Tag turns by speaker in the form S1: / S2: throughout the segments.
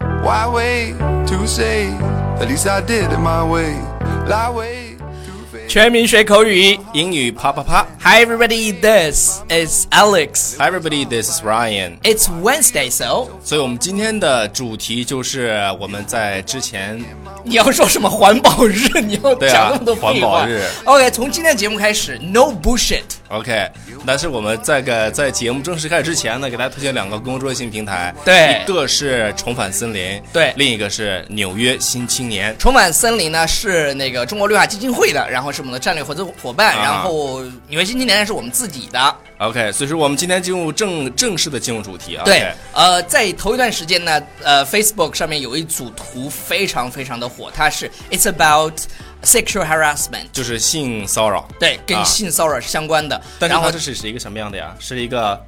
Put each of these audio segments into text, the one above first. S1: Why wait to say? At least I did it my way. Lie way to fake.
S2: 全民学口语。
S3: 英语啪啪啪
S2: Hi everybody, this is Alex.
S3: ！Hi everybody, this is Ryan。
S2: It's Wednesday, so
S3: 所以，我们今天的主题就是我们在之前
S2: 你要说什么环保日？你要
S3: 对
S2: 讲
S3: 啊
S2: 那么多废
S3: 环
S2: 话。
S3: 保日
S2: OK，从今天节目开始，No bullshit。
S3: OK，但是我们在个在节目正式开始之前呢，给大家推荐两个公众微信平台，
S2: 对
S3: 一个是重返森林，
S2: 对
S3: 另一个是纽约新青年。
S2: 重返森林呢是那个中国绿化基金会的，然后是我们的战略合作伙伴，
S3: 啊
S2: 然后纽约新青年是我们自己的。
S3: OK，所以说我们今天进入正正式的进入主题啊。
S2: 对，呃，在头一段时间呢，呃，Facebook 上面有一组图非常非常的火，它是 It's about sexual harassment，
S3: 就是性骚扰，
S2: 对，跟
S3: 啊
S2: 性骚扰是相关的。
S3: 但是
S2: 然后
S3: 它这是是一个什么样的呀？是一个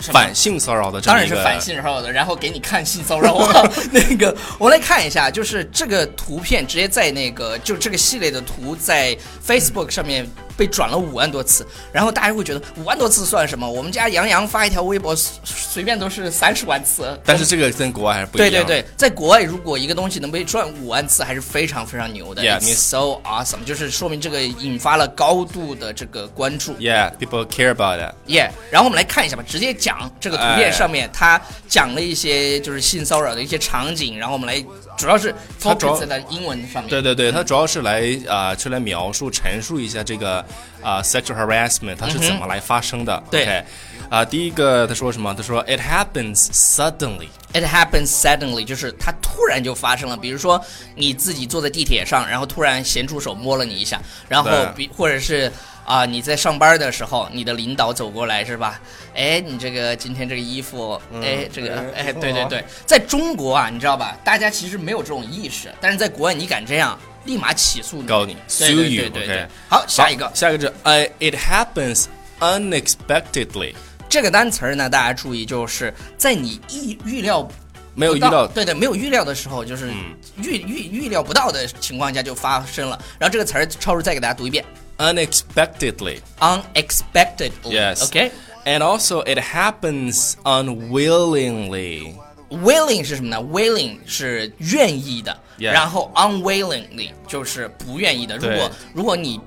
S3: 反性骚扰的这
S2: 当
S3: 么
S2: 然
S3: 一
S2: 是
S3: 个，
S2: 反性骚扰的，然后给你看性骚扰。啊 那个，我来看一下，就是这个图片直接在那个，就这个系列的图在 Facebook 上面被转了五万多次，然后大家会觉得五万多次算什么？我们家杨洋发一条微博，随随便都是三十万次。
S3: 但是这个跟国外还是不一
S2: 对
S3: 样。
S2: 对对，在国外如果一个东西能被转五万次，还是非常非常牛的。It's
S3: Yeah，你
S2: so awesome，就是说明这个引发了高度的这个关注。
S3: Yeah, people care about it.
S2: 耶然后我们来看一下吧，直接讲这个图片
S3: 哎
S2: 上面，他讲了一些就是性骚扰的一些场景，然后我们来主要是
S3: 它
S2: focus
S3: 主要
S2: 在它英文上面。
S3: 对对对，它主要是来啊、呃去来描述、陈述一下这个啊、呃 sexual harassment 它是怎么来发生的。
S2: 对
S3: o k 啊、第一个他说什么？他说 It happens suddenly。
S2: It happens suddenly，就是它突然就发生了。比如说你自己坐在地铁上，然后突然咸猪手摸了你一下，然后
S3: 对
S2: 比或者是啊、你在上班的时候，你的领导走过来是吧？哎，你这个今天这个衣服，哎，这个哎，
S3: 哎不错
S2: 对对
S3: 啊
S2: 对，在中国啊，你知道吧？大家其实没有这种意识，但是在国外你敢这样，立马起诉你，
S3: 告你
S2: 对
S3: sue
S2: 对
S3: you，
S2: 对对对
S3: OK。
S2: 好，下一个
S3: 好，下一个是呃、It happens unexpectedly，
S2: 这个单词儿呢，大家注意，就是在你意预料
S3: 没有嗯
S2: 不
S3: 遇
S2: 到
S3: 到。
S2: 对对，没有预料的时候，就是预预预料不到的情况下就发生了。然后这个词儿，超叔再给大家读一遍
S3: unexpectedly
S2: ，unexpected。
S3: Yes.
S2: OK。
S3: and also it happens unwillingly
S2: Willing 是什么呢？Willing 是愿意的
S3: Yeah
S2: 然后 unwillingly 就是不愿意的。如
S3: 对
S2: 果如果你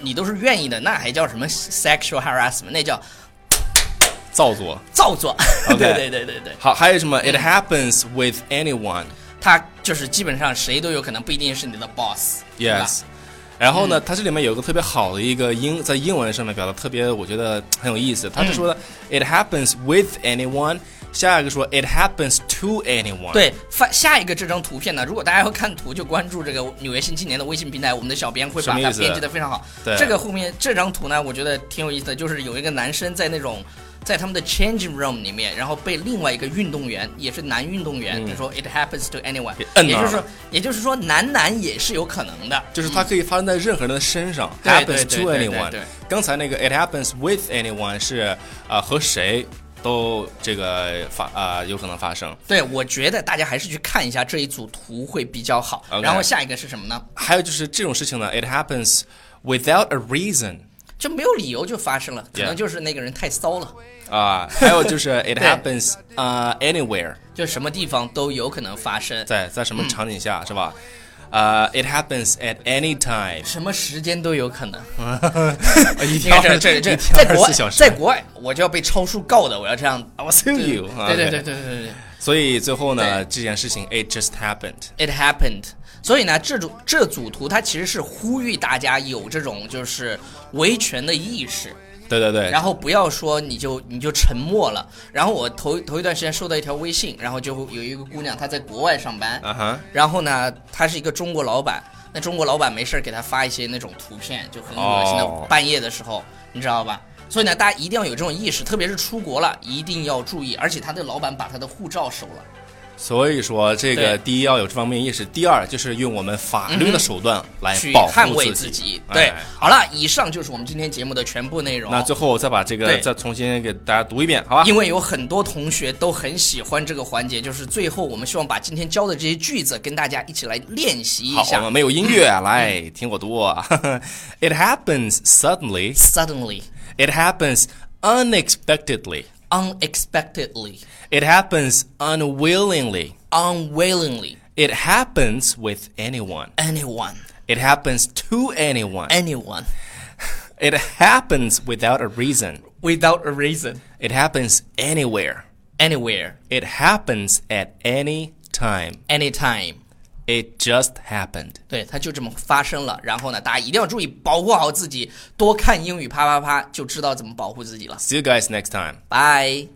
S2: 你都是愿意的，那还叫什么 sexual harassment？那叫
S3: 造作
S2: 造作。
S3: OK
S2: 对对对对对，
S3: 好还有什么 it happens with anyone
S2: 他就是基本上谁都有可能，不一定是你的 boss 对吧。嗯
S3: Yes。然后呢，它这里面有一个特别好的一个英，在英文上面表达特别，我觉得很有意思。它是说的、i
S2: 嗯
S3: t happens with anyone”，下一个说，“It happens to anyone”。，
S2: 对，发下一个这张图片呢，如果大家要看图，就关注这个《纽约新青年》的微信平台，我们的小编会
S3: 什
S2: 把
S3: 么
S2: 它
S3: 意思
S2: 编辑的非常好。
S3: 对
S2: 这个后面这张图呢，我觉得挺有意思的，就是有一个男生在那种。在他们的 changing room 里面，然后被另外一个运动员，也是男运动员，他说 "It happens to anyone"，
S3: 给嗯摁
S2: 也就
S3: 那儿
S2: 是说
S3: 了，
S2: 也就是说，男男也是有可能的。
S3: 就是它可以发生在任何人的身上、
S2: 对
S3: h a p p
S2: 对
S3: e n s
S2: 对
S3: to
S2: 对对
S3: anyone
S2: 对
S3: 刚才那个 “It happens with anyone” 是啊、呃和谁都这个发啊、有可能发生。
S2: 对，我觉得大家还是去看一下这一组图会比较好。
S3: OK
S2: 然后下一个是什么呢？
S3: 还有就是这种事情呢，“It happens without a reason”
S2: 就没有理由就发生了，可
S3: Yeah
S2: 能就是那个人太骚了。
S3: 啊、还有就是
S2: 对
S3: “It happens 啊、anywhere”。
S2: 就什么地方都有可能发生，
S3: 在在什
S2: 嗯
S3: 么场景下、是吧？呃、i t happens at any time，
S2: 什么时间都有可能。
S3: 嗯一
S2: 你看这这这， 在国外，在国外我就要被超叔告的，我要这样。
S3: 我 sue you，啊
S2: 对对对对
S3: ，OK
S2: 对对
S3: 所以最后呢，这件事情 it just happened，
S2: 对，It happened。所以呢，这组这组图它其实是呼吁大家有这种就是维权的意识，
S3: 对对对，
S2: 然后不要说你就你就沉默了。然后我头头一段时间收到一条微信，然后就有一个姑娘她在国外上班，
S3: 啊哈，
S2: 然后呢，他是一个中国老板，那中国老板没事儿给他发一些那种图片，就很恶心的，
S3: 哦
S2: 半夜的时候，你知道吧？所以呢，大家一定要有这种意识，特别是出国了，一定要注意。而且他的老板把他的护照收了，
S3: 所以说这
S2: 对
S3: 个第一要有这方面意识，第二就是用我们法律的手段来
S2: 去
S3: 保护
S2: 捍卫
S3: 哎自
S2: 己。
S3: 哎
S2: 对，好了，以上就是我们今天节目的全部内容。
S3: 那最后我再把这个
S2: 哦对
S3: 再重新给大家读一遍，好吧？
S2: 因为有很多同学都很喜欢这个环节，就是最后我们希望把今天教的这些句子跟大家一起来练习一
S3: 好，我
S2: 下
S3: 们。没有音乐，来
S2: 嗯
S3: 听我读啊。It happens suddenly.
S2: Suddenly,
S3: It happens unexpectedly.
S2: unexpectedly,
S3: It happens unwillingly.
S2: unwillingly
S3: It happens with anyone.
S2: anyone
S3: It happens to anyone.
S2: anyone
S3: It happens without a reason.
S2: without a reason
S3: It happens anywhere.
S2: anywhere
S3: It happens at any time.
S2: anytime。
S3: It just happened.
S2: 对，它就这么发生了。然后呢，大家一定要注意保护好自己，多看英语啪啪啪，就知道怎么保护自己了。
S3: See you guys next time.
S2: 拜。